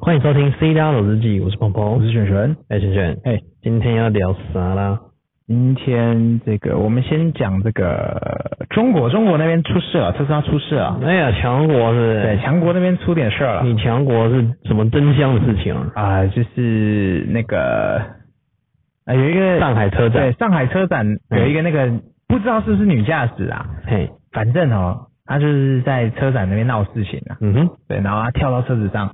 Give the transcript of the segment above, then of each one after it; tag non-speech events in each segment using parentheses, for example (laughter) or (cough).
欢迎收听《C 大佬日记》，我是鹏我鹏。是璇璇。哎，璇璇，哎，今天要聊啥啦？今天这个我们先讲这个中国，中国那边出事了，特斯拉出事了，哎呀，强国是对，强国那边出点事儿了你强国是什么真香的事情啊？啊、就是那个啊、有一个上海车站，对上海车展有一个那个、不知道是不是女驾驶啊，嘿，反正哦，她就是在车展那边闹事情啊，嗯哼，对，然后她跳到车子上，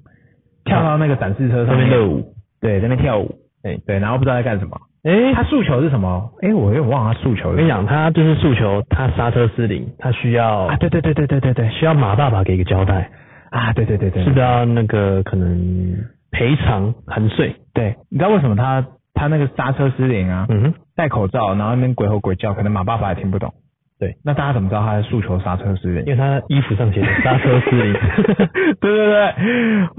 跳到那个展示车上上面面，热舞，对，在那边跳舞，哎对，然后不知道在干什么。哎，她诉求是什么？哎、我有点忘了她诉求我是跟什你讲，么他就是诉求他刹车失灵，他需要啊，对对对对对对对，需要马爸爸给一个交代，啊，对对对对，是不是要那个可能赔偿含税？对，你知道为什么他他那个刹车失灵啊，嗯哼，戴口罩，然后那边鬼吼鬼叫，可能马爸爸也听不懂。对，那大家怎么知道他的诉求刹车失因 (laughs) 灵？为他衣服上写的刹车失灵，对对 (laughs) 对，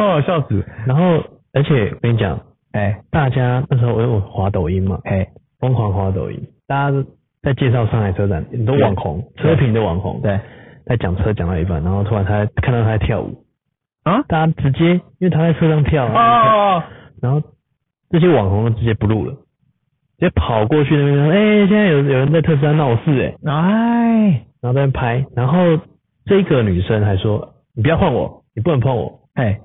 哦，笑死！然后而且我跟你讲，哎大家那时候我有滑抖音嘛，哎，疯狂滑抖音，大家都在介绍上海车展，很多网红，车对评的网红，对在讲车讲到一半，然后突然他看到他在跳舞，啊，大家直接因为他在车上跳，啊哦，然后这些网红直接不录了，直接跑过去那边说，哎、现在有有人在特斯拉闹事、哎，哎然后在那边拍，然后这个女生还说，你不要碰我，你不能碰我，哎，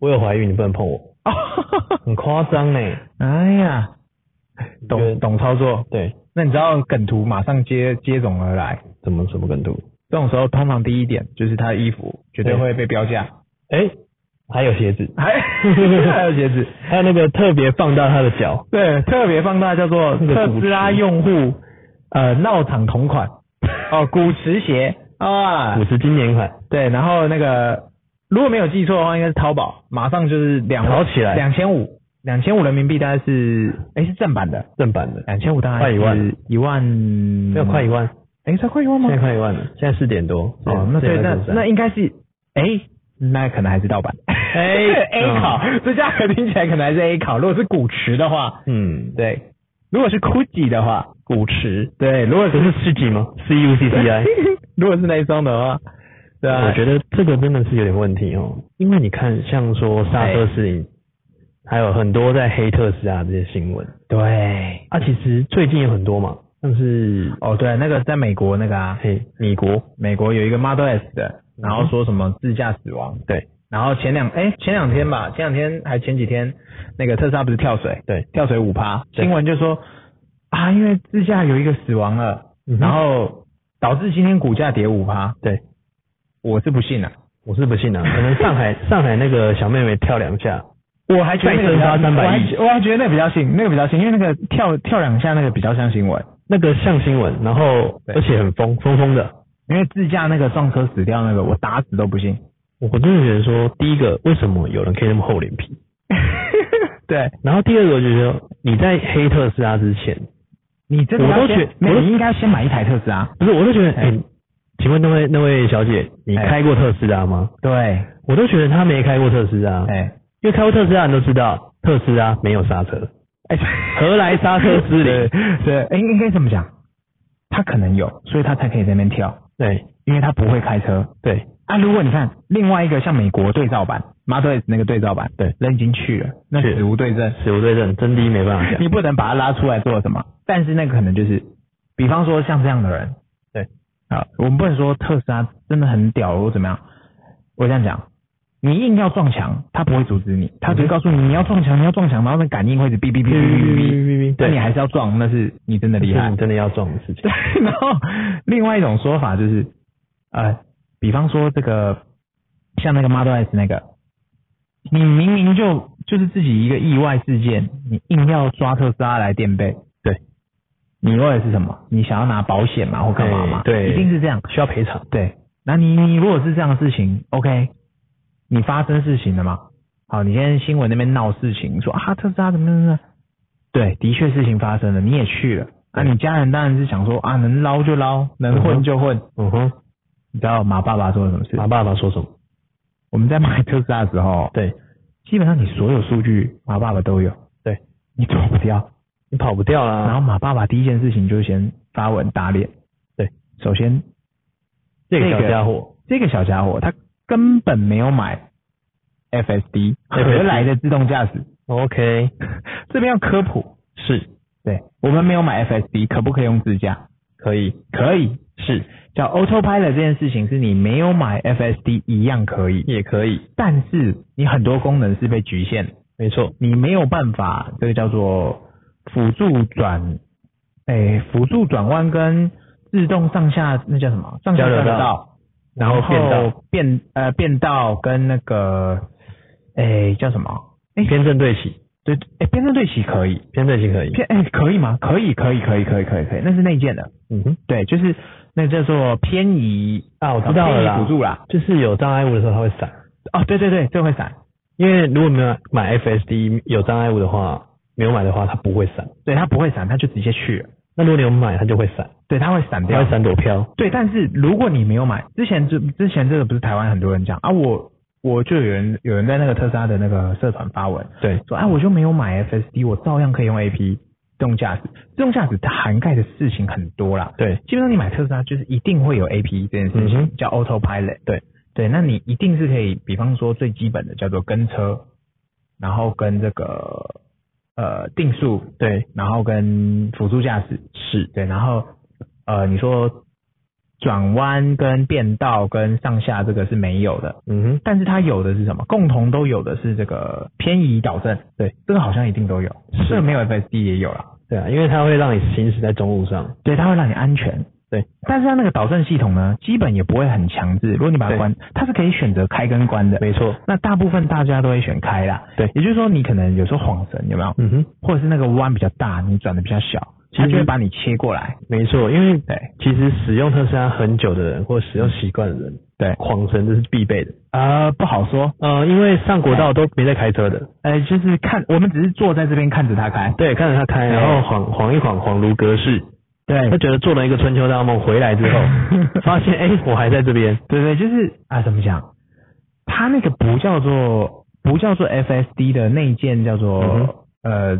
我有怀孕，你不能碰我，哦，很夸张哎，哎呀，你觉懂得懂操作。对，那你知道梗图马上接接踵而来，怎么怎么跟读？这种时候通常第一点就是他的衣服绝对对会被标价，哎、还有鞋子， (laughs) 还 (laughs) 还有鞋子，还有那个特别放大他的脚，对，特别放大叫做那个特古驰斯拉用户呃闹场同款哦，古驰鞋啊哦 (laughs) 五，十经典款，对，然后那个如果没有记错的话，应该是淘宝，马上就是两炒起来两千五，两千五人民币大概是哎是正版的，正版的，两千五大概快一万是一万，没有快一万，哎才快一万吗现在？快一万了，现在四点多。哦，那对那那应该是哎。那可能还是盗版， (laughs) 哎 A 考，这价格听起来可能还是 A 考。如果是古驰的话，嗯，对，如果是 Gucci 的话，古驰，对，如果可是世纪 (laughs) 吗？C U C (laughs) C I，如果是那一双的话，对啊，我觉得这个真的是有点问题哦，因为你看，像说刹车失灵，还有很多在黑特斯啊拉这些新闻对，啊，其实最近有很多嘛，像是哦对，那个在美国那个啊，嘿米国，美国有一个 Model S 的，嗯然后说什么自驾死亡，对然后前两哎前两天吧，前两天还前几天，那个特斯拉不是跳水，对，跳水五趴，对新闻就说啊，因为自驾有一个死亡了，嗯哼然后导致今天股价跌五趴，对，我是不信啊，我是不信啊，可能上海上海那个小妹妹跳两下，我还觉得那个比较再增加300亿我还觉我还觉得那个比较信，那个比较信，因为那个跳跳两下那个比较像新闻，那个像新闻，然后对而且很疯疯疯的，因为自驾那个撞车死掉那个，我打死都 (laughs) 不信。我真的觉得说，第一个为什么有人可以那么厚脸皮？对然后第二个我就是说，你在黑特斯拉之前，你真的我要都先觉得没我有都你应该先买一台特斯拉。不是我都觉得，哎哎、请问那位那位小姐，你哎开过特斯拉吗？对，我都觉得他没开过特斯拉，哎因为开过特斯拉，你都知道特斯拉没有刹车，哎，何来刹车失对灵？ (laughs) 对，哎，应该这么讲，他可能有，所以他才可以在那边跳，对因为他不会开车。对，啊，如果你看另外一个像美国对照版 Model S 那个对照版，对人已经去了，那去了死无对证，死无对证，真的没办法讲。 (laughs) 你不能把他拉出来做什么。但是那个可能就是，比方说像这样的人，对啊，我们不能说特斯拉真的很屌或怎么样。我这样讲，你硬要撞墙，他不会阻止你，他只会告诉你你要撞墙，你要撞墙，然后那感应会是哔哔哔哔哔哔哔，但嗯你对，还是要撞，那是你真的厉害你。真的要撞的事情。 (laughs) 对，然后另外一种说法就是，呃，比方说这个像那个 Model S 那个，你明明就就是自己一个意外事件，你硬要抓特斯拉来垫背，对，你为的是什么？你想要拿保险嘛，或干嘛嘛？哎对一定是这样。需要赔偿，对，那你你如果是这样的事情，OK，你发生事情了嘛？好，你今天新闻那边闹事情，说啊特斯拉怎么怎么怎么，对，的确事情发生了，你也去了，那、对你家人当然是想说啊能捞就捞，能混就混。嗯哼，啊你知道马爸爸做了什么事？马爸爸说什么？我们在买特斯拉的时候，对，基本上你所有数据马爸爸都有，对你躲不掉。你跑不掉啊然啦。后马爸爸第一件事情就是先发文打脸，对，首先这个这小个家伙，这个小家伙他根本没有买 FSD 对何来的自动驾驶，哦 OK， (laughs) 这边要科普，是对我们没有买 FSD，可不可以用自驾？可以，可以，是叫 Autopilot 这件事情是你没有买 FSD 一样可以，也可以，但是你很多功能是被局限的，没错，你没有办法，这个叫做辅助转，哎，辅助转弯跟自动上下那叫什么？上下交流交流道道，然后变然道后变呃变道跟那个哎叫什么？哎偏正对齐，对，哎边正对齐可以，偏正齐可以，偏哎可以吗？可以可以可以可以可以可以，那是内建的，嗯哼，对，就是那叫做偏移啊，我知道了偏移啦辅，助啦。就是有障碍物的时候它会闪，哦，对对对，这会闪，因为如果没有买 FSD 有障碍物的话，没有买的话它不会闪，对它不会闪，它就直接去了，那如果你有买它就会闪，对，它会闪它掉会。闪躲飘，对，但是如果你没有买，之前就之前这个不是台湾很多人讲啊，我我就有人有人在那个特斯拉的那个社团发文对，说，啊，我就没有买 FSD，我照样可以用 AP 自动驾驶。自动驾驶它涵盖的事情很多啦，对，基本上你买特斯拉就是一定会有 AP 这件事情，嗯哼叫 Autopilot。对对，那你一定是可以，比方说最基本的叫做跟车，然后跟这个呃定速，对，然后跟辅助驾驶是对，然后呃你说转弯跟变道跟上下这个是没有的，嗯哼，但是它有的是什么？共同都有的是这个偏移导正，对，这个好像一定都有，是这个没有 FSD 也有啦。对啊，因为它会让你行驶在中路上，对，它会让你安全。对，但是它那个导正系统呢，基本也不会很强制。如果你把它对关，它是可以选择开跟关的。没错，那大部分大家都会选开啦。对也就是说你可能有时候晃神有没有？嗯哼，或者是那个弯比较大，你转的比较小，其它实就会把你切过来。没错，因为对其实使用特斯拉很久的人或使用习惯的人，对，狂神这是必备的，呃，不好说。呃，因为上国道都没在开车的，呃，就是看我们只是坐在这边看着它开。对，看着他开，对然后晃晃一晃，恍如隔世。对他觉得做了一个春秋大梦，回来之 (laughs) 后发现，哎、我还在这边。对对，就是啊，怎么讲？它那个不叫做不叫做 FSD 的内建叫做、嗯哼呃，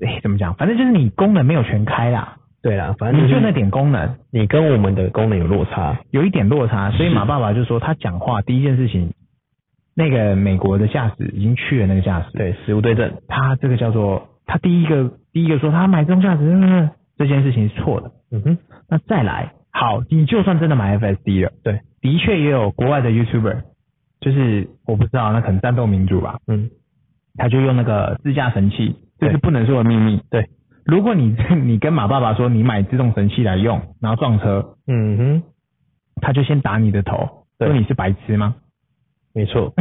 诶怎么讲？反正就是你功能没有全开啦，对啦，反正你就就那是点功能你跟我们的功能有落差。有一点落差，所以是马爸爸就说他讲话第一件事情，那个美国的驾驶已经去了那个驾驶，对，实物对证。他这个叫做他第一个第一个说他买自动驾驶、嗯这件事情是错的，嗯哼，那再来，好，你就算真的买 FSD 了，对，的确也有国外的 YouTuber，就是我不知道，那可能战斗民主吧，嗯，他就用那个自驾神器，这对是不能说的秘密。对，如果你 (laughs) 你跟马爸爸说你买自动神器来用，然后撞车，嗯哼，他就先打你的头，对说你是白痴吗？ (laughs) 没错。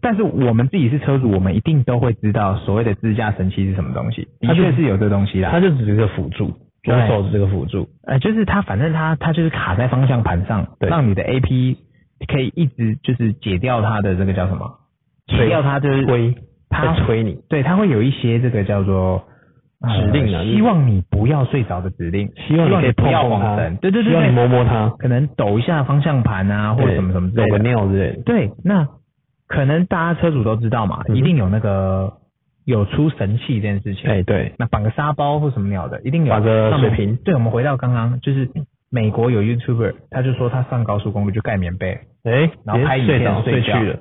但是我们自己是车主，我们一定都会知道所谓的自驾神器是什么东西，的它就确是有这东西啦。它就只是个辅助，左对手只是个辅助。呃，就是它，反正它它就是卡在方向盘上，对让你的 A P 可以一直就是解掉它的这个叫什么？吹解掉它就是推，它它在催你，对，它会有一些这个叫做呃指令啊就是希望你不要睡着的指令，希望你可以不碰要碰晃它，神，对对对希望你对，摸摸它，可能抖一下方向盘啊，或者什么什么之对类抖个的。尿之类的。对，那可能大家车主都知道嘛，嗯一定有那个有出神器这件事情。哎、对，那绑个沙包或什么鸟的，一定有绑个那我们水瓶对，我们回到刚刚，就是美国有 YouTuber，他就说他上高速公路就盖棉被。哎、然后拍影片睡着睡睡去觉了，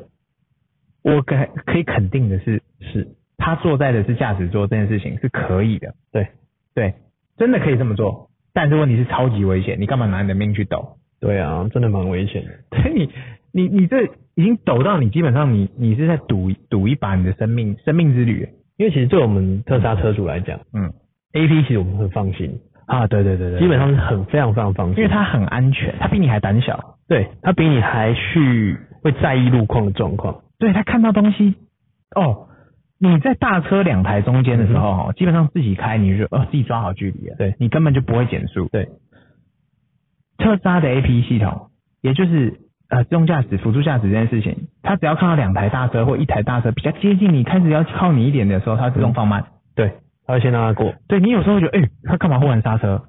我可可以肯定的是，是他坐在的是驾驶座这件事情是可以的，对对，真的可以这么做。但是问题是超级危险，你干嘛拿你的命去抖？ (laughs) 对啊，真的蛮危险的。对你，你你这已经抖到你基本上你你是在赌赌一把你的生命生命之旅。因为其实对我们特斯拉车主来讲嗯，A P 其实我们很放心，啊，对对对对基本上是很非常非常放心，因为它很安全，它比你还胆小，对他比你还去会在意路况的状况，对他看到东西，哦，你在大车两台中间的时候，哦基本上自己开，你就哦自己抓好距离了，嗯对你根本就不会减速。对，特斯拉的 A P 系统，也就是呃自动驾驶、辅助驾驶这件事情，它只要看到两台大车或一台大车比较接近你，开始要靠你一点的时候，它自动放慢。对，他会先让他过，对你有时候会觉得，哎、它干嘛忽然刹车？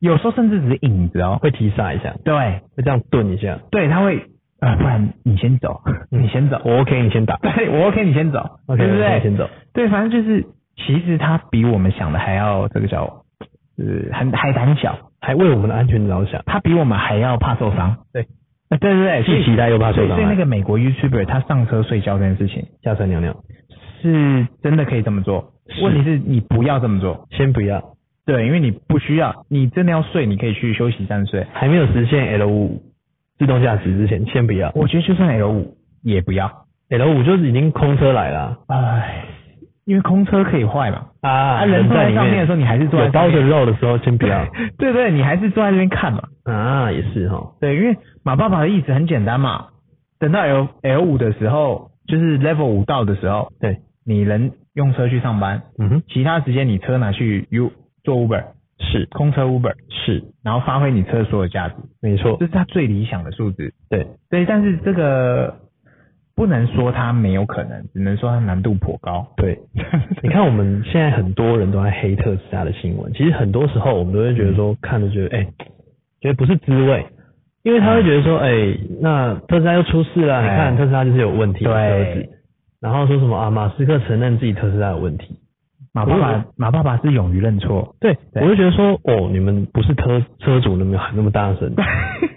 有时候甚至只是影子哦。会提刹一下，对会这样顿一下，对，它会啊，不然你先走，嗯你先走，我 OK，你先 (laughs) 打。对我 OK，你先走 OK，对不我对？先走。对，反正就是，其实他比我们想的还要这个叫，呃，还还胆小，还为我们的安全着想。他比我们还要怕受伤。嗯对啊，对对对，所以既期待又怕受伤啊所以所以那个美国 YouTuber 他上车睡觉这件事情，下车尿尿，是真的可以这么做。是问题是你不要这么做，先不要，对，因为你不需要，你真的要睡，你可以去休息站睡。还没有实现 L 五自动驾驶之前，先不要。我觉得就算 L 五也不要， L 五就是已经空车来了唉，因为空车可以坏嘛。啊，啊，啊人坐在在里上面的时候，你还是坐在有包上着面啊肉的时候，先不 (laughs) 要对对，你还是坐在这边看嘛。啊，也是哈，对，因为马爸爸的意思很简单嘛，等到 L L 五的时候，就是 Level 五到的时候，对，你人用车去上班，嗯哼，其他时间你车拿去 U 做 Uber，是空车 Uber，是然后发挥你车的所有价值，没错这，是他最理想的数值。对，对，但是这个不能说它没有可能，只能说它难度颇高。对， (laughs) 你看我们现在很多人都在黑特斯拉的新闻，其实很多时候我们都会觉得嗯说，看着觉得哎、觉得不是滋味，因为他会觉得说，啊哎、那特斯拉又出事了，你哎看特斯拉就是有问题的车对子，然后说什么啊，马斯克承认自己特斯拉有问题，马爸爸，马爸爸是勇于认 (laughs) 错。对对我就觉得说，哦，你们不是车车主，你们喊那么大声，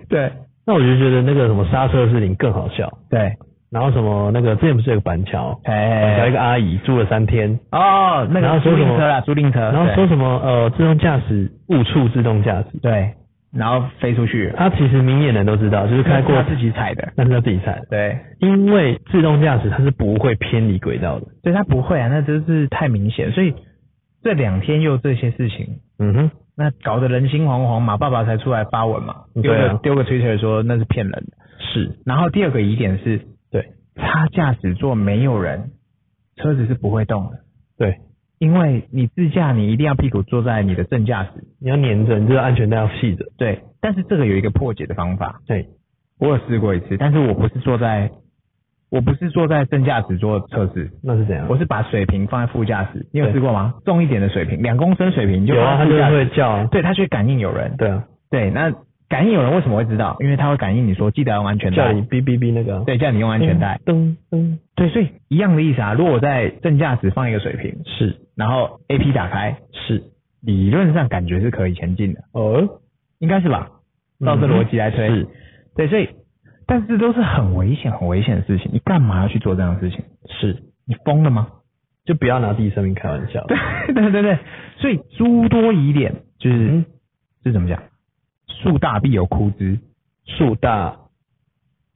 对那我就觉得那个什么刹车的事情更好笑，对，然后什么那个之前不是有个板桥，板桥哎一，个阿姨住了三天，哦，那然后个说租什么赁车啦，租赁车，然后说什么呃自动驾驶误触自动驾驶。对对，然后飞出去，他其实明眼人都知道，就是啊开过 (laughs) 他，自己踩的，但是他自己踩，对，因为自动驾驶它是不会偏离轨道的。所以他不会啊，那真是太明显，所以这两天又这些事情。嗯哼，那搞得人心惶惶，马爸爸才出来发文嘛，丢对个、啊丢个 Twitter 说那是骗人的。是然后第二个疑点是，对他驾驶座没有人，车子是不会动的，对，因为你自驾你一定要屁股坐在你的正驾驶。你要粘着，你这个安全带要系着。哎对，但是这个有一个破解的方法，对，我有试过一次，但是我不是坐在，我不是坐在正驾驶做测试，那是怎样？我是把水瓶放在副驾驶。你有对试过吗？重一点的水瓶，两公升水瓶你就有放啊，它在副就是驾驶会叫啊。对，它去感应有人。对啊，对，那感应有人为什么会知道？因为它会感应你说记得要用安全叫带你，哔哔哔那个啊对，叫你用安全带。。噔噔，对，所以一样的意思啊。如果我在正驾驶放一个水瓶，是然后 A P 打开，是理论上感觉是可以前进的，哦，应该是吧？嗯照这逻辑来推，是对，所以但是这都是很危险、很危险的事情，你干嘛要去做这样的事情？是，你疯了吗？ (laughs) 就不要拿自己生命开玩笑。对对对对，所以诸多疑点就是、嗯是怎么讲？树大必有枯枝，树大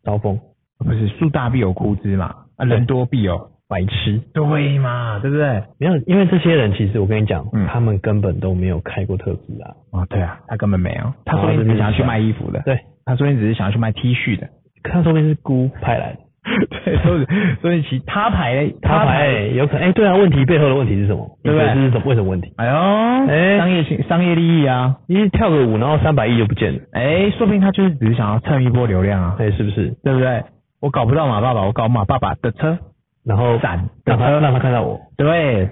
招风，不是树大必有枯枝嘛？啊，对人多必有白痴。对嘛，对不对？没有，因为这些人其实我跟你讲，嗯他们根本都没有开过特斯拉。哦，对啊，他根本没有，他哦说不定只这是是想要去想卖衣服的，对，他说不定只是想要去卖 T 恤的，他说不定是姑派来的， (laughs) 对，所以所以其他牌他派牌，有可能哎、对啊，问题背后的问题是什么？对不对你觉得这是什么为什么问题？哎呦，哎商业性商业利益啊，你跳个舞，然后三百亿就不见了，哎，说不定他就是只是想要蹭一波流量啊，哎、是不是？对不对？我搞不到马爸爸，我搞马爸爸的车，然后闪让他让他看到我，对，对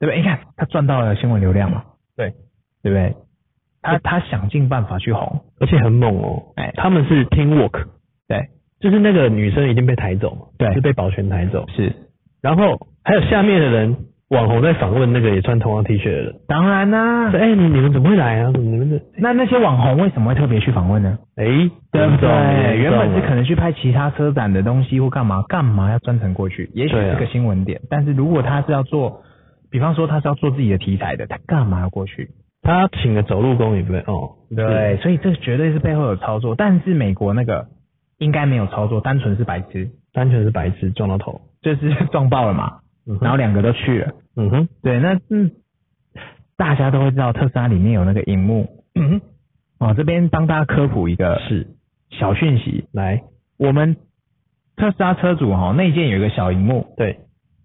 不对？你看他赚到了新闻流量嘛，对，对不对？他他想尽办法去红，而且很猛哦，哎他们是 team work，对，就是那个女生已经被抬走嘛，对就被保全抬走，是，然后还有下面的人网红在访问那个也穿同样 T 恤的人，当然啦、说哎、你你们怎么会来啊？怎么你们这那那些网红为什么会特别去访问呢？哎、对不严重对？原本是可。严重了能去拍其他车展的东西或干嘛，干嘛要专程过去？也许对啊是个新闻点，但是如果他是要做，比方说他是要做自己的题材的，他干嘛要过去？他请了走路工也不会哦，对，所以这绝对是背后有操作，但是美国那个应该没有操作，单纯是白痴，单纯是白痴撞到头，就是撞爆了嘛，嗯哼然后两个都去了。嗯哼，对，那嗯，大家都会知道特斯拉里面有那个荧幕。嗯哦，这边帮大家科普一个哼，是小讯息，来我们特斯拉车主哈、内建有一个小荧幕，对，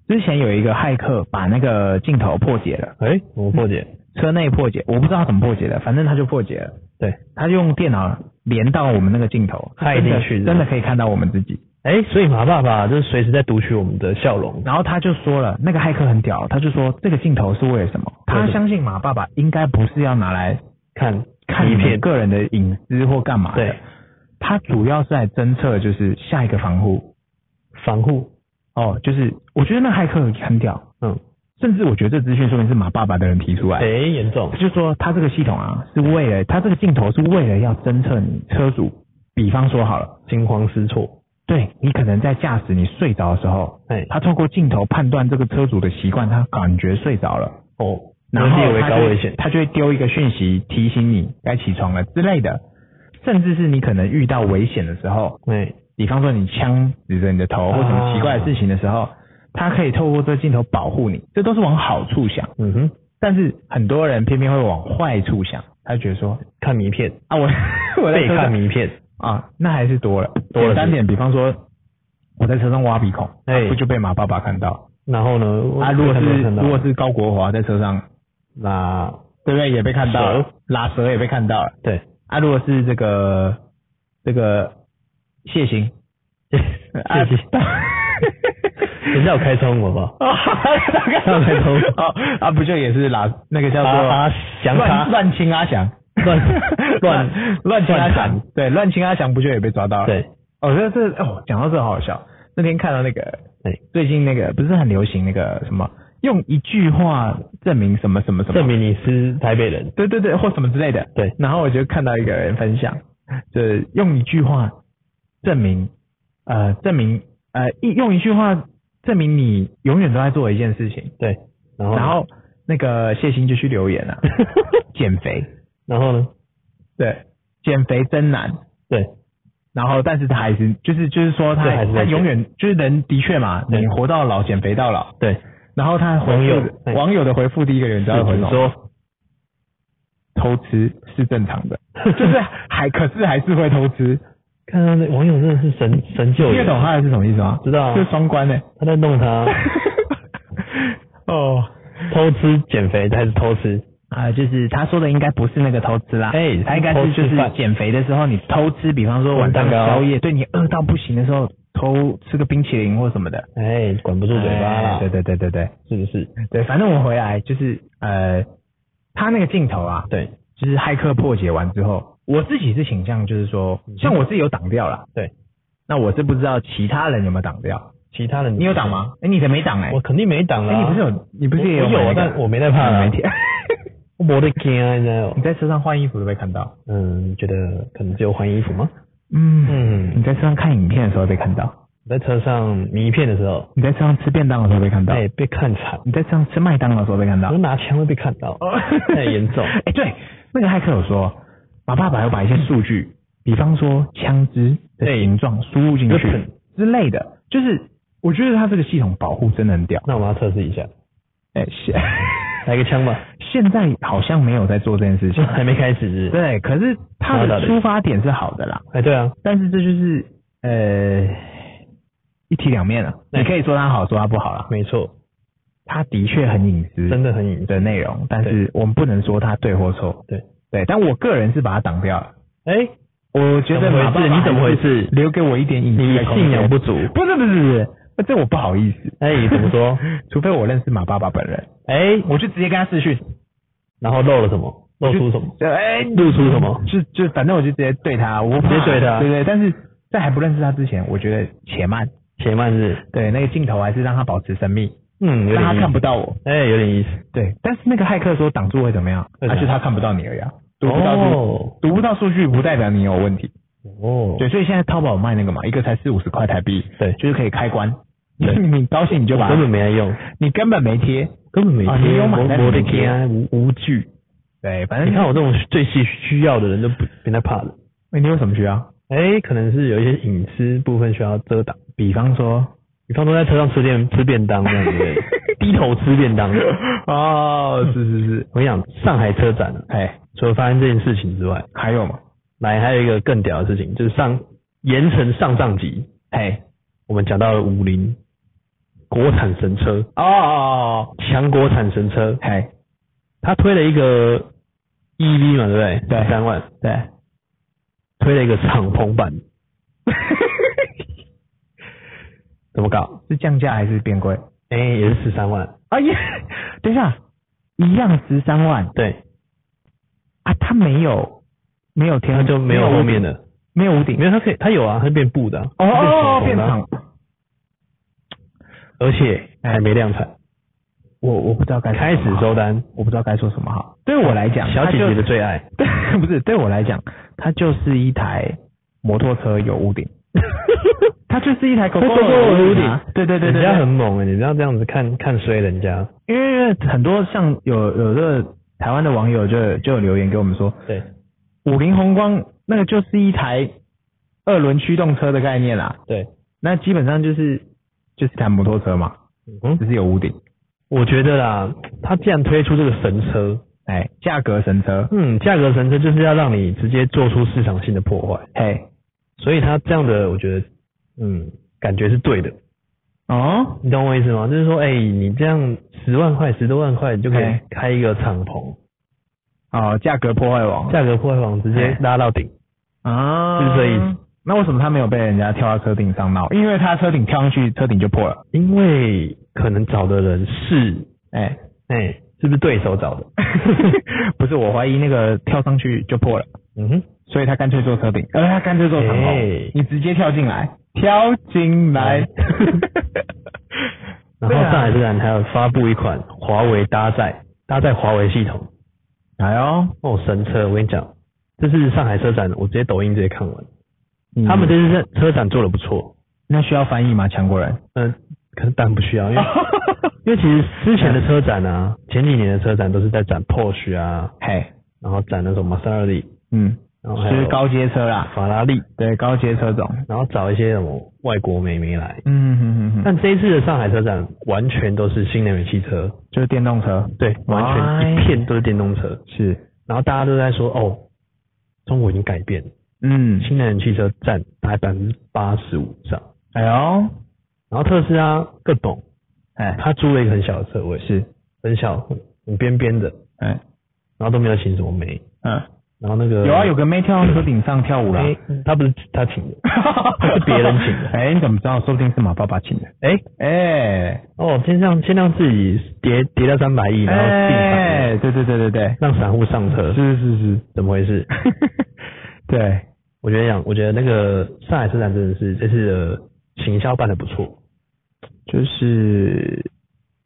之前有一个骇客把那个镜头破解了，哎、我破解，车内破解，我不知道他怎么破解的，反正他就破解了。对，他就用电脑连到我们那个镜头，害真的进去是吧真的可以看到我们自己。哎、所以马爸爸就是随时在读取我们的笑容，然后他就说了，那个骇客很屌，他就说这个镜头是为了什么？对他对相信马爸爸应该不是要拿来看看一你片个人的隐私或干嘛的对，它主要是来侦测就是下一个防护防护，哦，就是我觉得那骇客很屌，嗯，甚至我觉得这资讯说明是马爸爸的人提出来哎、的。严重他，就说他这个系统啊，是为了他这个镜头是为了要侦测你车主，比方说好了，惊慌失措，对你可能在驾驶你睡着的时候，哎、他透过镜头判断这个车主的习惯，他感觉睡着了，哦，然后那列为他高就危险，他就会丢一个讯息提醒你该起床了之类的，甚至是你可能遇到危险的时候，哎、比方说你枪指着你的头或什么奇怪的事情的时候，他可以透过这个镜头保护你，这都是往好处想，嗯哼，但是很多人偏偏会往坏处想，他就觉得说。看名片，啊， (laughs) 我我在被车看上名片，啊，那还是多了多了简是单点，比方说我在车上挖鼻孔，哎啊不就被马爸爸看到？然后呢，我啊，如果看没有是看到如果是高国华在车上，那对不对？也被看到了蛇，拉蛇也被看到了。对，啊，如果是这个这个谢欣，(laughs) 啊谢谢， (laughs) 人家有开窗好不好？哦，大概大概都哦啊，不就也是拉那个叫做阿阿翔乱他乱亲阿翔，乱乱 (laughs) 乱亲阿乱翔砍，对，乱亲阿翔不就也被抓到了？对，哦，这这哦，讲到这好好笑。那天看到那个哎，最近那个不是很流行那个什么，用一句话证明什么什么什么，证明你是台北人，对对对，或什么之类的。对然后我就看到一个人分享，就是用一句话证明，呃，证明呃，一用一句话证明你永远都在做一件事情。对，然后呢然后那个谢欣就去 (laughs) 留言了、啊，减肥，然后呢？对，减肥真难。对，然后，但是他还是就是就是说他对还是在他减永远就是人的确嘛，对人活到老减肥到老。对，然后他回网友复对网友的回复第一个人知道回什你么？说 (laughs) 偷吃是正常的，就是还可是还是会偷吃。看到那网友真的是神神救听得援，懂他的是什么意思吗？知道啊就双关呢、他在弄他 (laughs) 哦，偷吃减肥还是偷吃？啊、就是他说的应该不是那个偷吃啦，哎他应该偷是吃就是饭减肥的时候你偷吃，比方说晚蛋上糕宵夜，对你饿到不行的时候偷吃个冰淇淋或什么的，哎，管不住嘴巴哎啦对，对对对对是不是？对，反正我回来就是呃，他那个镜头啊，对就是骇客破解完之后，我自己是倾向就是说，嗯像我自己有挡掉啦，对，那我是不知道其他人有没有挡掉，其他人你有挡？吗？哎，你的没挡哎、我肯定没挡哎、啦。你不是有，你不是也有我买有那啊个？，但我没在怕你啦没。贴 (laughs) 我没得惊啊，你知道吗你？在车上换衣服都被 (laughs) 看到。嗯，觉得可能只有换衣服吗？嗯嗯你在车上看影片的时候被看到，在车上迷片的时候，你在车上吃便当的时候被看到，哎，被看惨，你在车上吃麦当劳的时候被看到我，拿枪会被看到，哦 (laughs) 太严 (laughs) 重。哎、对，那个骇客有说，马爸爸有把一些数据，比方说枪支的对形状输入进对去之类的，就是我觉得他这个系统保护真的很屌。那我们要测试一下，哎、 (laughs) 现来个枪吧，现在好像没有在做这件事情，还没开始是不是。对，可是他的出发点是好的啦，哎，对啊，但是这就是呃一体两面了、对你可以说他好，说他不好啦。没错，他的确很隐私，真的很隐的内容，但是我们不能说他对或错。对对，但我个人是把它挡掉了。哎，我觉得怎么回事马爸爸你怎么回事留给我一点隐私你的空间。信仰不足。不是不是不是，这我不好意思。哎，怎么说？ (laughs) 除非我认识马爸爸本人，哎，我就直接跟他私讯，然后漏了什么？漏出什么？就哎，露出什么？就就反正我就直接对他，我直直接对他对对。但是在还不认识他之前，我觉得且慢，且慢是，对那个镜头还是让他保持神秘，嗯，有让他点意看思。不到我。哎，有点意思。对，但是那个骇客说挡住会怎么样？会怎么而且样他看不到你而已啊，读不到数哦读不到数据不代表你有问题。哦，对，所以现在淘宝卖那个嘛，一个才四五十块台币，对就是可以开关，对你高兴你就把它根本没人用，你根本没贴，根本没啊你有贴，买我但我是的没贴天，无无惧。对，反正你看我这种最需需要的人都不没在怕的。哎你有什么需要？哎，可能是有一些隐私部分需要遮挡，比方说，比方说在车上吃便吃便当这样子，低头吃便当。 (laughs) 哦，是是是，我跟你讲，上海车展啊，哎，除了发生这件事情之外，还有吗？来还有一个更屌的事情，就是上盐城上上集，哎，我们讲到了五菱国产神车，哦哦哦，强国产神车，哎，它推了一个 EV 嘛，对不对？对三万对，推了一个敞篷版，怎么搞？是降价还是变贵？哎、也是十三万，哎呀， (laughs) 等一下，一样十三万对，啊，他没有没有贴，它就没有后面的，的，没有屋顶没。有，它可以，它有啊，它变布的啊、哦哦，变的啊，长。而且还没量产，我我不知道该开始说收，单，我不知道该说什么好。对我来讲，小姐姐的最最爱， (laughs) 对，不是对我来讲，它就是一台摩托车有屋顶， (laughs) 它就是一台狗狗它 GoGo 有屋顶啊对对对对人家很对，猛哎、你这样这样子看看衰人家，因为因为很多像有有的台湾的网友就就有留言给我们说，对五菱宏光那个就是一台二轮驱动车的概念啦、对，那基本上就是就是一台摩托车嘛，嗯只，是有屋顶，我觉得啦，他既然推出这个神车，哎，价格神车，嗯，价格神车就是要让你直接做出市场性的破坏，嘿，所以他这样的我觉得，嗯，感觉是对的，哦，你懂我意思吗？就是说，哎、你这样十万块、十多万块，你就可以哎开一个敞篷，哦，价格破坏王价格破坏王直接哎拉到顶，啊是这意思。那为什么他没有被人家跳到车顶上闹？因为他车顶跳上去，车顶就破了。因为可能找的人是， (laughs) 哎、哎、是不是对手找的？不是，我怀疑那个跳上去就破了，嗯哼，所以他干脆做车顶，呃，他干脆做敞篷哎，你直接跳进来，跳进来 (laughs) 哎。然后对啊上海自然还有发布一款华为搭载搭载华为系统，哎呦，哦，神车！我跟你讲，这是上海车展，我直接抖音直接看完。嗯他们这次在车展做的不错，那需要翻译吗？强国人？嗯、可是当然不需要， (laughs) 因为 (laughs) 因为其实之前的车展啊，前几年的车展都是在展 Porsche 啊，嘿，然后展那种玛莎拉蒂，嗯，然后还就是有高阶车啦，法拉利，对，高阶车种。然后找一些什么外国美眉来。嗯嗯嗯嗯，但这一次的上海车展完全都是新能源汽车，就是电动车。对，完全一哎片都是电动车。是，然后大家都在说，哦，中国已经改变了，嗯，新能源汽车占大概百分之八十五以上。哎呦，然后特斯拉更懂，哎，他租了一个很小的车位，是，很小，很边边的，哎，然后都没有请什么媒，嗯，然后那个有啊，有个妹跳到车顶上跳舞啦， (laughs) 媒，他不是他请的，哎是别人请的哎，你怎么知道？说不定是马爸爸请的。哎、哎，哦，先让先让自己跌跌到三百亿，然后自己反应哎，对对对对对，让散户上车，是是是，怎么回事？ (laughs) 对，我觉得讲，我觉得那个上海车展真的是这次的行销办的不错，就是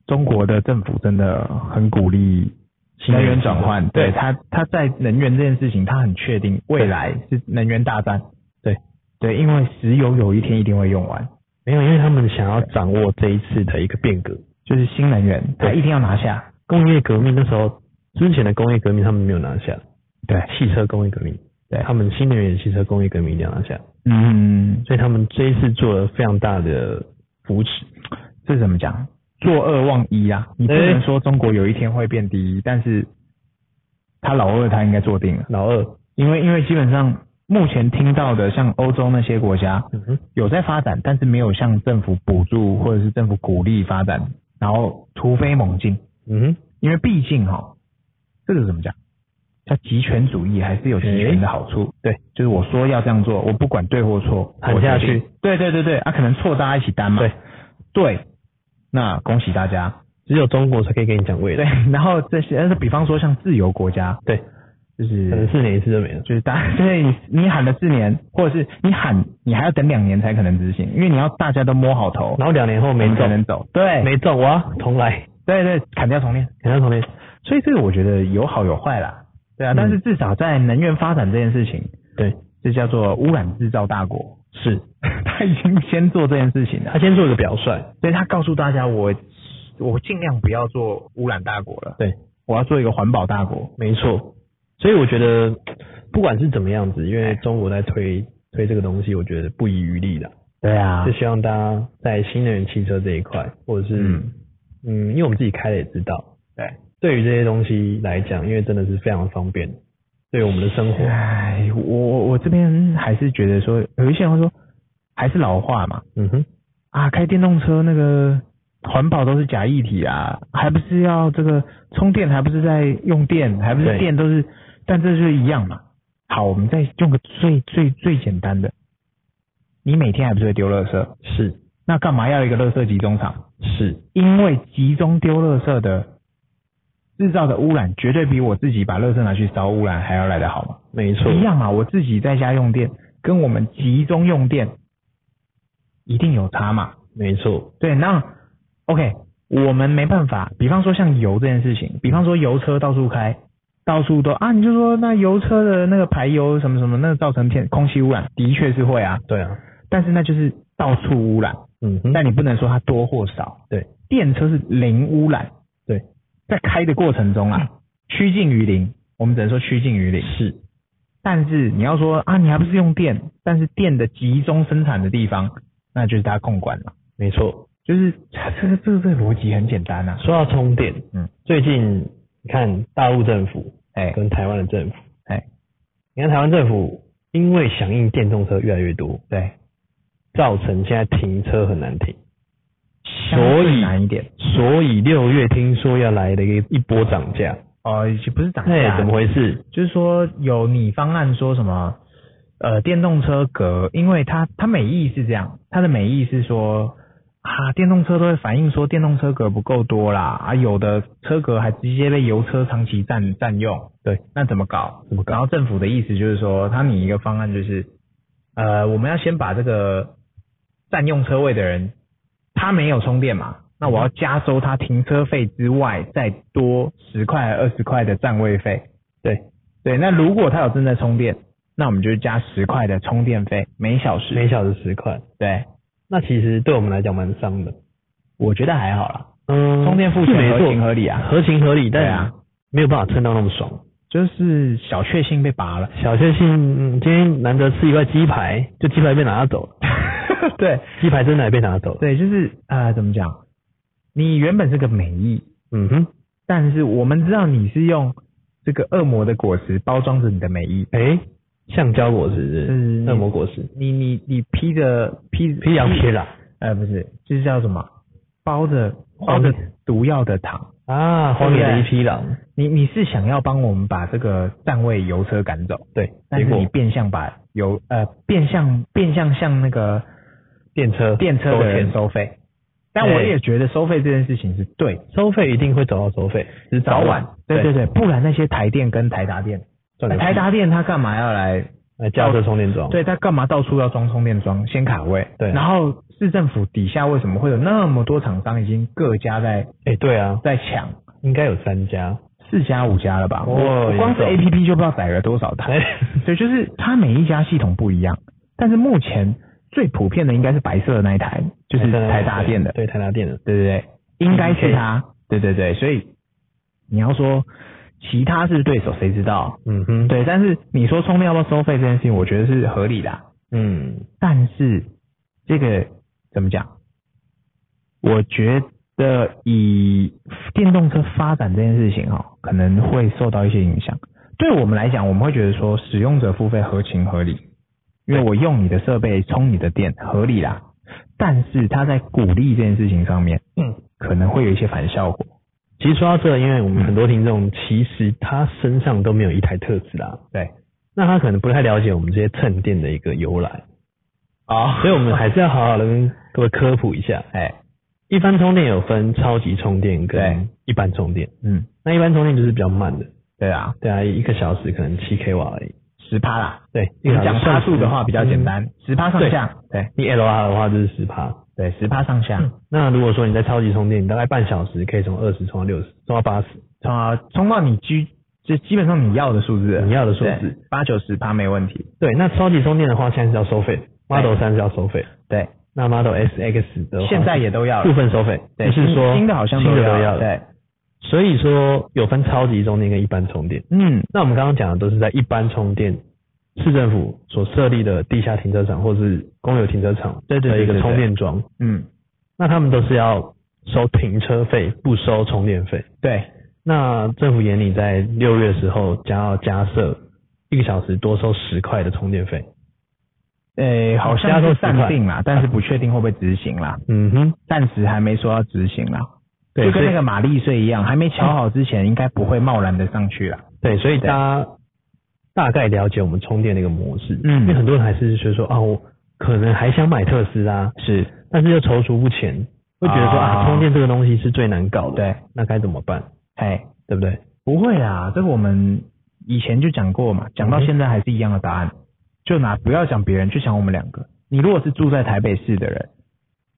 中国的政府真的很鼓励新能能源源转换，对对他他在能源这件事情，他很确定未来是能源大战。对对，因为石油有一天一定会用完，没有，因为他们想要掌握这一次的一个变革，就是新能源，他对一定要拿下。工业革命那时候之前的工业革命他们没有拿下，对，汽车工业革命，对他们新能源汽车工业革命一定要拿下，嗯，所以他们这一次做了非常大的扶持。这怎么讲？作恶忘一啊！你不哎能说中国有一天会变第一，但是他老二他应该做定了，老二，因为因为基本上目前听到的像欧洲那些国家嗯哼，有在发展，但是没有向政府补助或者是政府鼓励发展，然后突飞猛进，嗯哼，因为毕竟哈、这个怎么讲？叫集权主义还是有集权的好处，对，就是我说要这样做，我不管对或错，喊我下决定去，对对对对，啊，可能错大家一起担嘛，对，对，那恭喜大家。 (laughs) 只有中国才可以跟你讲未对来，，然后这些，呃比方说像自由国家，对，就可能是四年一次就没了。就是大， (laughs) 对你你喊了四年，或者是你喊你还要等两年才可能执行，因为你要大家都摸好头，然后两年后没我们才中，能走。对，没中，哇，重来，对对，砍掉重练。给他重练。所以这个我觉得有好有坏啦，对啊，嗯但是至少在能源发展这件事情，对，这叫做污染制造大国， (laughs) 是他已经先做这件事情了他，先做一个表率，所以他告诉大家我我尽量不要做污染大国了，对，我要做一个环保大国。没错。所以我觉得，不管是怎么样子，因为中国在推推这个东西，我觉得不遗余力的，对啊就希望大家在新能源汽车这一块，或者是嗯嗯因为我们自己开的也知道，对。对于这些东西来讲，因为真的是非常方便，对于我们的生活，哎，我我我这边还是觉得说，有一些人会说，还是老话嘛，嗯哼，啊，开电动车那个环保都是假议题啊，还不是要这个充电，还不是在用电，还不是对电都是，但这就是一样嘛。好，我们再用个最最最简单的，你每天还不是会丢垃圾，是那干嘛要一个垃圾集中场？是，因为集中丢垃圾的制造的污染，绝对比我自己把垃圾拿去烧污染还要来得好嘛。没错，一样嘛，我自己在家用电，跟我们集中用电一定有差嘛？没错，对，那 OK，我们没办法。比方说像油这件事情，比方说油车到处开，到处都啊，你就说那油车的那个排油什么什么，那个造成天空气污染，的确是会啊，对啊，但是那就是到处污染，嗯哼，但你不能说它多或少。对，电车是零污染，对，在开的过程中啊，趋近于零，我们只能说趋近于零。是，但是你要说啊，你还不是用电，但是电的集中生产的地方，那就是它控管了。没错。就是这个这个这个逻辑很简单啊。说到充电，嗯，最近你看大陆政府哎跟台湾的政府，哎，你看台湾政府因为响应电动车越来越多，对，造成现在停车很难停，相所对以难一点。所以六月听说要来的一个一波涨价，哦，也不是涨哎、价，怎么？回事？就是啊说有你方案说什么？呃，电动车格，因为它它美意是这样，它的美意是说啊，电动车都会反映说电动车格不够多啦，啊，有的车格还直接被油车长期占占用，对，那怎么搞？怎么搞然后政府的意思就是说，他拟一个方案，就是呃，我们要先把这个占用车位的人，他没有充电嘛，那我要加收他停车费之外，再多十块二十块的占位费。对，对，那如果他有正在充电，那我们就加十块的充电费，每小时。每小时十块，对，那其实对我们来讲蛮伤的。我觉得还好啦，嗯，充电付是钱没合错，情合理啊合情合理，对但啊没有办法蹭到那么爽。就是小确幸被拔了。小确幸，嗯，今天难得吃一块鸡排，就鸡排被拿走 (laughs) 了，对鸡排真的也被拿走了。对，就是呃，怎么讲？你原本是个美意，嗯哼，但是我们知道你是用这个恶魔的果实包装着你的美意，哎、橡胶果实是不嗯是恶魔果实，你你你披着披皮羊皮啦呃不是，就是叫什么包着包着毒药的糖，啊，荒野的一匹狼，你你是想要帮我们把这个占位油车赶走，对，但结是你果变相把油呃变相变相向那个电车电车收的人钱收费，但我对也觉得收费这件事情是对的，收费一定会走到收费，只是早晚，对对对，对，不然那些台电跟台达电，赚点台达电他干嘛要来来加车充电桩，对他干嘛到处要装充电桩，先卡位。对然后市政府底下为什么会有那么多厂商已经各家在哎、对啊，在抢应该有三家，四家五家了吧？我哦我光是严 A 重 P P 就不知道载了多少台。哎、对，就是它每一家系统不一样，但是目前最普遍的应该是白色的那一台，哎 (laughs) 就是台达电的，对台达电的，对对对，应该是它， (laughs) 对对对，所以你要说其他是对手，谁知道？嗯哼，，对，但是你说充电要不要收费这件事情，我觉得是合理的啊、嗯，但是这个怎么讲？我觉得以电动车发展这件事情哦，可能会受到一些影响。对我们来讲，我们会觉得说使用者付费合情合理，因为我用你的设备充你的电合理啦。但是他在鼓励这件事情上面，嗯，可能会有一些反效果。其实说到这，因为我们很多听众其实他身上都没有一台特斯拉，对，那他可能不太了解我们这些蹭电的一个由来，啊所以我 (laughs) 们还是要好好的跟各位科普一下。哎，一般充电有分超级充电对跟一般充电，嗯，那一般充电就是比较慢的，对啊，对啊，一个小时可能七 k 瓦而已。十趴啦。对，你讲趴差数的话比较简，单，十趴上下。对嗯你 LR 的话就是十趴。对，十趴上下。那如果说你在超级充电，你大概半小时可以从二十充到六十，充到八十。冲啊，冲到你居，就基本上你要的数字了，你要的数字对，啊八九十趴没问题。对，那超级充电的话，现在是要收费，Model 三是要收费，对，那 Model S X 的话现在也都要部了。分收费，对，就是说新的好像新的要都了要了。对，所以说有分超级充电跟一般充电。嗯，那我们刚刚讲的都是在一般充电市政府所设立的地下停车场或是公有停车场对对的对一对个对充电桩，嗯，那他们都是要收停车费，不收充电费。对，那政府眼里在六月的时候将要加设一个小时多收十块的充电费。诶，呃好加像到是10块暂定啦，但是不确定会不会执行啦，嗯哼，暂时还没说要执行啦。对就跟所以那个马力税一样，还没瞧好之前，应该不会贸然的上去啦。对，所以对大家大概了解我们充电的一个模式。嗯因为很多人还是觉得说啊，我可能还想买特斯拉，是，但是又踌躇不前，会觉得说啊啊，充电这个东西是最难搞的。对，那该怎么办？哎，对不对？啊不会啦，这个我们以前就讲过嘛，讲到嗯哼现在还是一样的答案。就拿不要讲别人，就讲我们两个。你如果是住在台北市的人，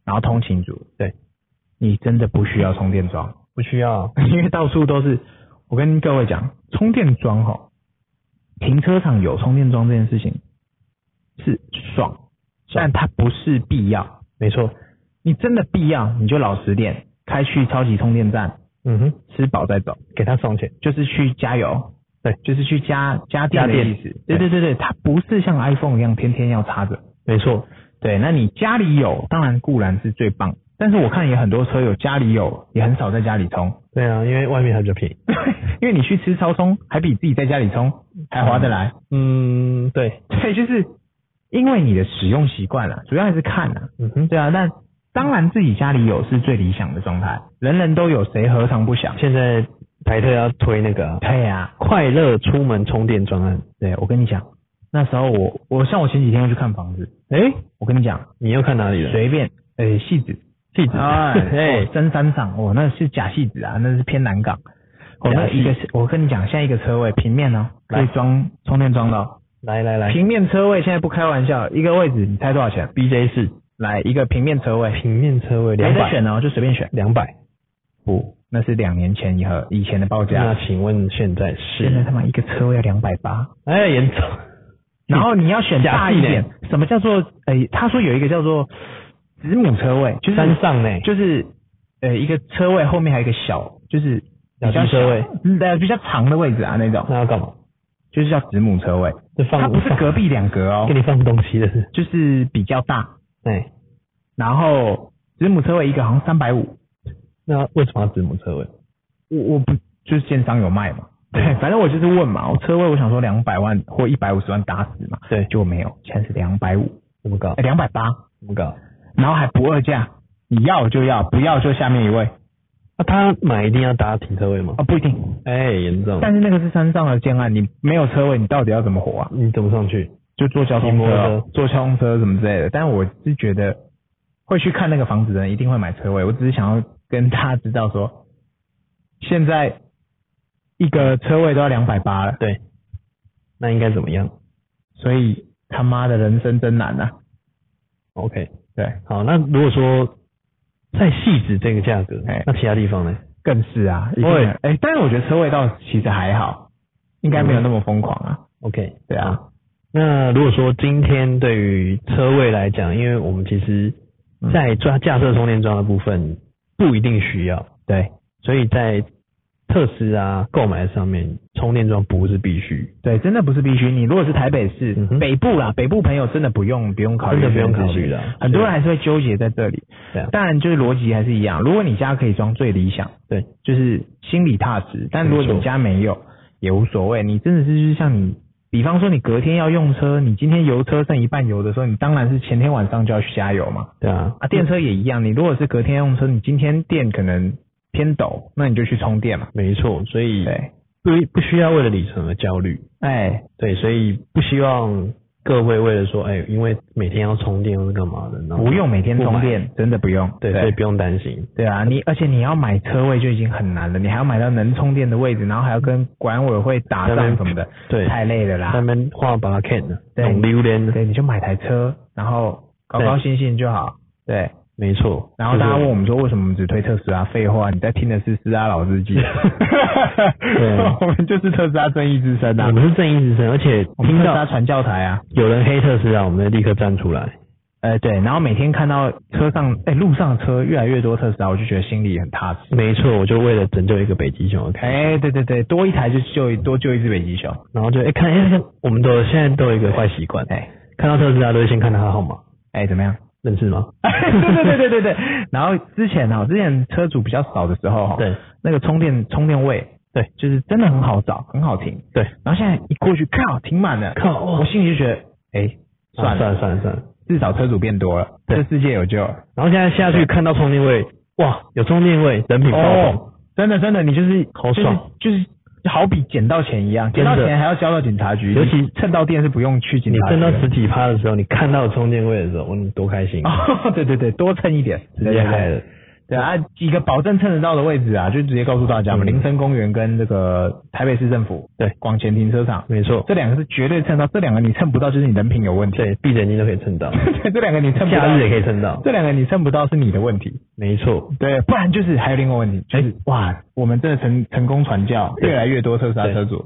然后通勤族，对你真的不需要充电桩， (laughs) 不需要，因为到处都是。我跟各位讲，充电桩哈，停车场有充电桩这件事情是爽，但它不是必要。没错，你真的必要，你就老实点，开去超级充电站嗯哼，吃饱再走。给他送钱，就是去加油，对，就是去加加电加的电意思。对对对对，它不是像 iPhone 一样天天要插着。没错，对，那你家里有，当然固然是最棒，但是我看也很多车友家里有，也很少在家里充， (laughs) 对啊，因为外面还比较便宜，因为你去吃超充，还比自己在家里充还划得来。嗯，对，对，就是因为你的使用习惯啊啦，主要还是看啦。嗯哼，对啊，那当然自己家里有是最理想的状态，人人都有，谁何尝不想？现在台特要推那个啊、对呀、快乐出门充电专案，对我跟你讲，那时候我我像我前几天要去看房子，哎、我跟你讲，你又看哪里了？随便，诶、戏子，地址？ (laughs) 哎，哎哦，真山上，哦，那是假戏子啊，那是偏南港。我、哦、假那戏一个是，我跟你讲，现在一个车位平面哦，来可以装充电桩的、哦，来来来平面车位现在不开玩笑，一个位置你猜多少钱？ ，BJ 四来一个平面车位，平面车位没两得百，选哦，就随便选。两百。不，那是两年前以后以前的报那价，请问现在现在是？他妈一个车位要两百八。哎，严重，然后你要选大一点假，什么叫做？诶、他说有一个叫做子母车位，就 (laughs) 是山上呢？就是呃一个车位后面还有一个小，就是比较小型车位小，嗯呃比较长的位置啊那种，那要干嘛？就是叫子母车位，就放它不是隔壁两格哦给，你放东西的是？就是比较大，哎，然后子母车位一个好像三百五，那为什么要子母车位？我我不就是建商有卖嘛。对， (laughs) 反正我就是问嘛，我车位我想说两百万或一百五十万打死嘛，对就没有，现在是两百五，呃怎么搞？两百八，怎么搞？然后还不二价，你要就要，不要就下面一位那啊、他买一定要搭停车位吗？不一定，哎，严重，哦但是那个是山上的建案，你没有车位，你到底要怎么活啊？你怎么上去？就坐交通骑摩车托啊车、哦坐交通车什么之类的。但我是觉得会去看那个房子的人一定会买车位。我只是想要跟大家知道说，现在一个车位都要两百八了，对，那应该怎么样所以他妈的人生真难呐、 ？OK，对，好，那如果说在细致这个价格哎，那其他地方呢？更是啊，一定对的哎、但是我觉得车位倒其实还好，应该没有那么疯狂啊。 OK，对啊好。那如果说今天对于车位来讲，因为我们其实嗯在抓架设充电桩的部分不一定需要，对所以在特斯拉购买上面，充电桩不是必须，对，真的不是必须。你如果是台北市、嗯哼北部啦，北部朋友真的不用不用考虑真这的件不事用情，考虑的。很多人还是会纠结在这里。对啊当然就是逻辑还是一样，如果你家可以装最理想，对，就是心理踏实。但如果没错你家没有，也无所谓。你真的是就是像你，比方说你隔天要用车，你今天油车剩一半油的时候，你当然是前天晚上就要去加油嘛。对啊，啊，电车也一样，你如果是隔天用车，你今天电可能偏陡，那你就去充电嘛。没错，所以对，不不需要为了里程而焦虑，哎，对，所以不希望各位为了说，哎，因为每天要充电或是干嘛的，然后不用每天不买充，电，真的不用。对，所以不用担心，对啊，你而且你要买车位就已经很难了，你还要买到能充电的位置，然后还要跟管委会打仗什么的，对，太累了啦他。们画把 can 的，对懂榴莲的，对，你就买台车，然后高高兴兴就好。对，没错。然后大家就是问我们说为什么我们只推特斯拉？废话，你在听的是斯拉老 (laughs) 司机。我们就是特斯拉正义之声啊我，们是正义之声，而且我们听特斯拉到传教台啊。有人黑特斯拉，我们就立刻站出来。呃，对，然后每天看到车上，哎，路上的车越来越多特斯拉，我就觉得心里很踏实。没错，我就为了拯救一个北极熊而开，哎，对对对，多一台就救一多救一只北极熊。然后就哎、看哎、看，我们都现在都有一个坏习惯，哎看到特斯拉都会先看它号码，哎，怎么 (laughs) 样？认识吗？对哎对对对对对。然后之前哦，之前车主比较少的时候、哦， (laughs) 对，那个充电充电位，对，就是真的很好找，很好停。对，然后现在一过去，靠，哦停满了，靠哇我心里就觉得，哎，啊算算了算了了，算了算了。至少车主变多了，对这世界有救了。然后现在下去看到充电位，哇，有充电位，人品爆哦棚，，哦真的真的，你就是好爽，就是。就是好比捡到钱一样，捡真的到钱还要交到警察局，尤其你蹭到电是不用去警你察局升的。到十几 (laughs) 趴的时候，你看到充电位的时候，哇，你多开心，哦，对对对，多蹭一点，直接嗨了。啊对啊，几个保证撑得到的位置啊，就直接告诉大家嘛，嗯林森公园跟这个台北市政府对广前停车场，没错，这两个是绝对撑到，这两个你撑不到就是你人品有问 (laughs) 题。对，闭着眼睛都可以蹭到，对，这两个你撑不到，假日也可以蹭到，这两个你撑不到是你的问题。没错，对，不然就是还有另外一个问题，就是、哇，我们真的成成功传教，对越来越多特斯拉对车主，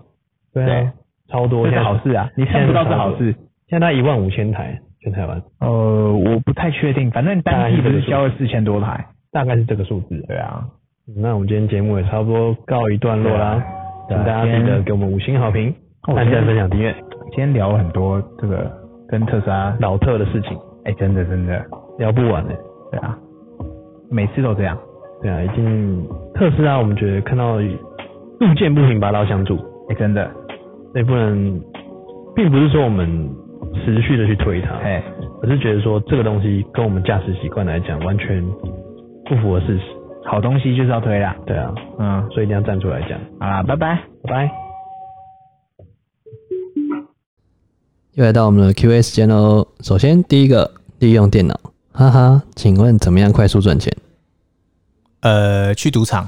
对啊，超多，这现在是好事啊，你现在撑不到是超好多，事。现在大概一万五千台，全台湾呃，我不太确定，反正单季不是销了四千多台。大概是这个数字。对啊，那我们今天节目也差不多告一段落啦，对请啊大家记得给我们五星好评、哦按赞、分享、订阅今天聊了很多这个跟特斯拉，老特的事情，哎、真的真的，聊不完呢、欸对啊，每次都这样。对啊，已经特斯拉，我们觉得看到路见不平拔刀相助，哎、真的，所以不能，并不是说我们持续的去推它，哎、我是觉得说这个东西跟我们驾驶习惯来讲完全不符合事实。好东西就是要推啦。对啊，嗯，所以一定要站出来讲。好啦，拜拜。拜拜。又来到我们的 Q&A 时间喽。首先，第一个，利用电脑，哈哈，请问怎么样快速赚钱？呃，去赌场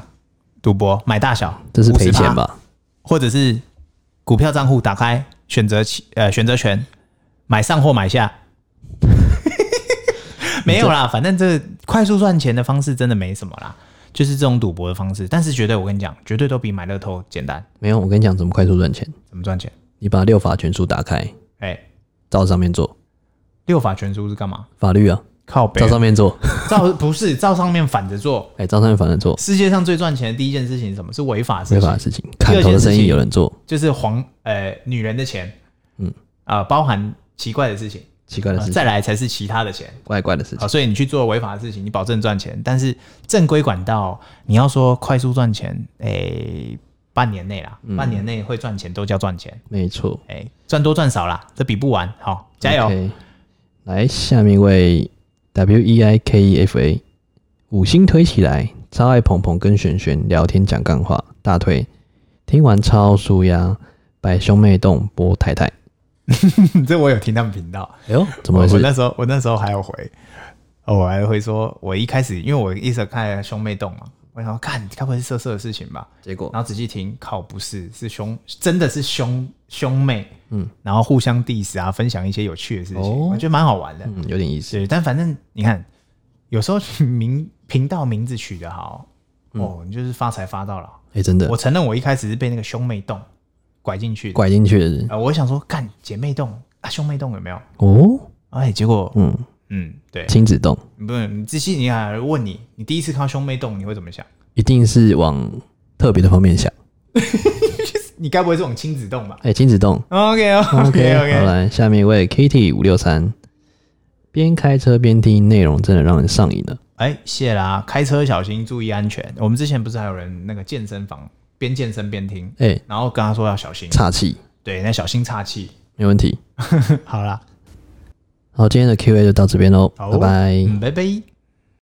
赌博买大小，这是赔钱50%吧？或者是股票账户打开选择期呃选择权买上或买下， (laughs) 没有啦，反正这快速赚钱的方式真的没什么啦，就是这种赌博的方式，但是绝对我跟你讲，绝对都比买乐透简单。没有，我跟你讲怎么快速赚钱。怎么赚钱？你把六法全书打开，哎、照上面做，六法全书是干嘛？法律啊，靠北照 (laughs) 上面做， (laughs) 照不是照上面反着做。哎，照上面反正做，世界上最赚钱的第一件事情是什么？是违法的事违情，法的事情，砍头的生意有人做，就是黄呃女人的钱，嗯啊、包含奇怪的事情，奇怪的啊事情，再来才是其他的钱。怪怪的事情，好，所以你去做违法的事情，你保证赚钱，但是正规管道，你要说快速赚钱，诶、半年内啦，嗯半年内会赚钱都叫赚钱，没错。诶、赚多赚少啦，这比不完，好，加油 (laughs) OK 来，下面一位 W E I K E F A，五星推起来，超爱鹏鹏跟璇璇聊天讲干话，大推。听完超舒压，白兄妹动波太太。这我有听他们频道，哎呦，怎么回我我事？那时候我那时候还有回，哦我还会说，我一开始因为我一直看兄妹洞嘛，我想说看该不会是色色的事情吧，结果然后仔细听，靠，不是，是兄，真的是兄兄妹，嗯，然后互相 diss 啊，分享一些有趣的事情，哦我觉得蛮好玩的。嗯，有点意思。对，但反正你看，有时候名频道名字取得好，哦，你就是发财发到老。哎，真的我，承认我一开始是被那个兄妹洞拐进去的，拐进去的人呃，我想说干姐妹洞啊，兄妹洞有没有？哦，哎，结果嗯嗯，对，亲子动不是你仔细你还问你，你第一次看到兄妹洞你会怎么想？一定是往特别的方面想。你该不会这种亲子洞吧哎，亲子动？OK OK OK， OK，好来，下面一位 Kitty 五六三，边开车边听，内容真的让人上瘾了。哎，谢啦、开车小心，注意安全。我们之前不是还有人那个健身房边健身边听，哎，然后跟他说要小心，岔气，对，那小心岔气。没问题。好啦，好，今天的 Q&A 就到这边喽，好哦拜拜。嗯，拜拜。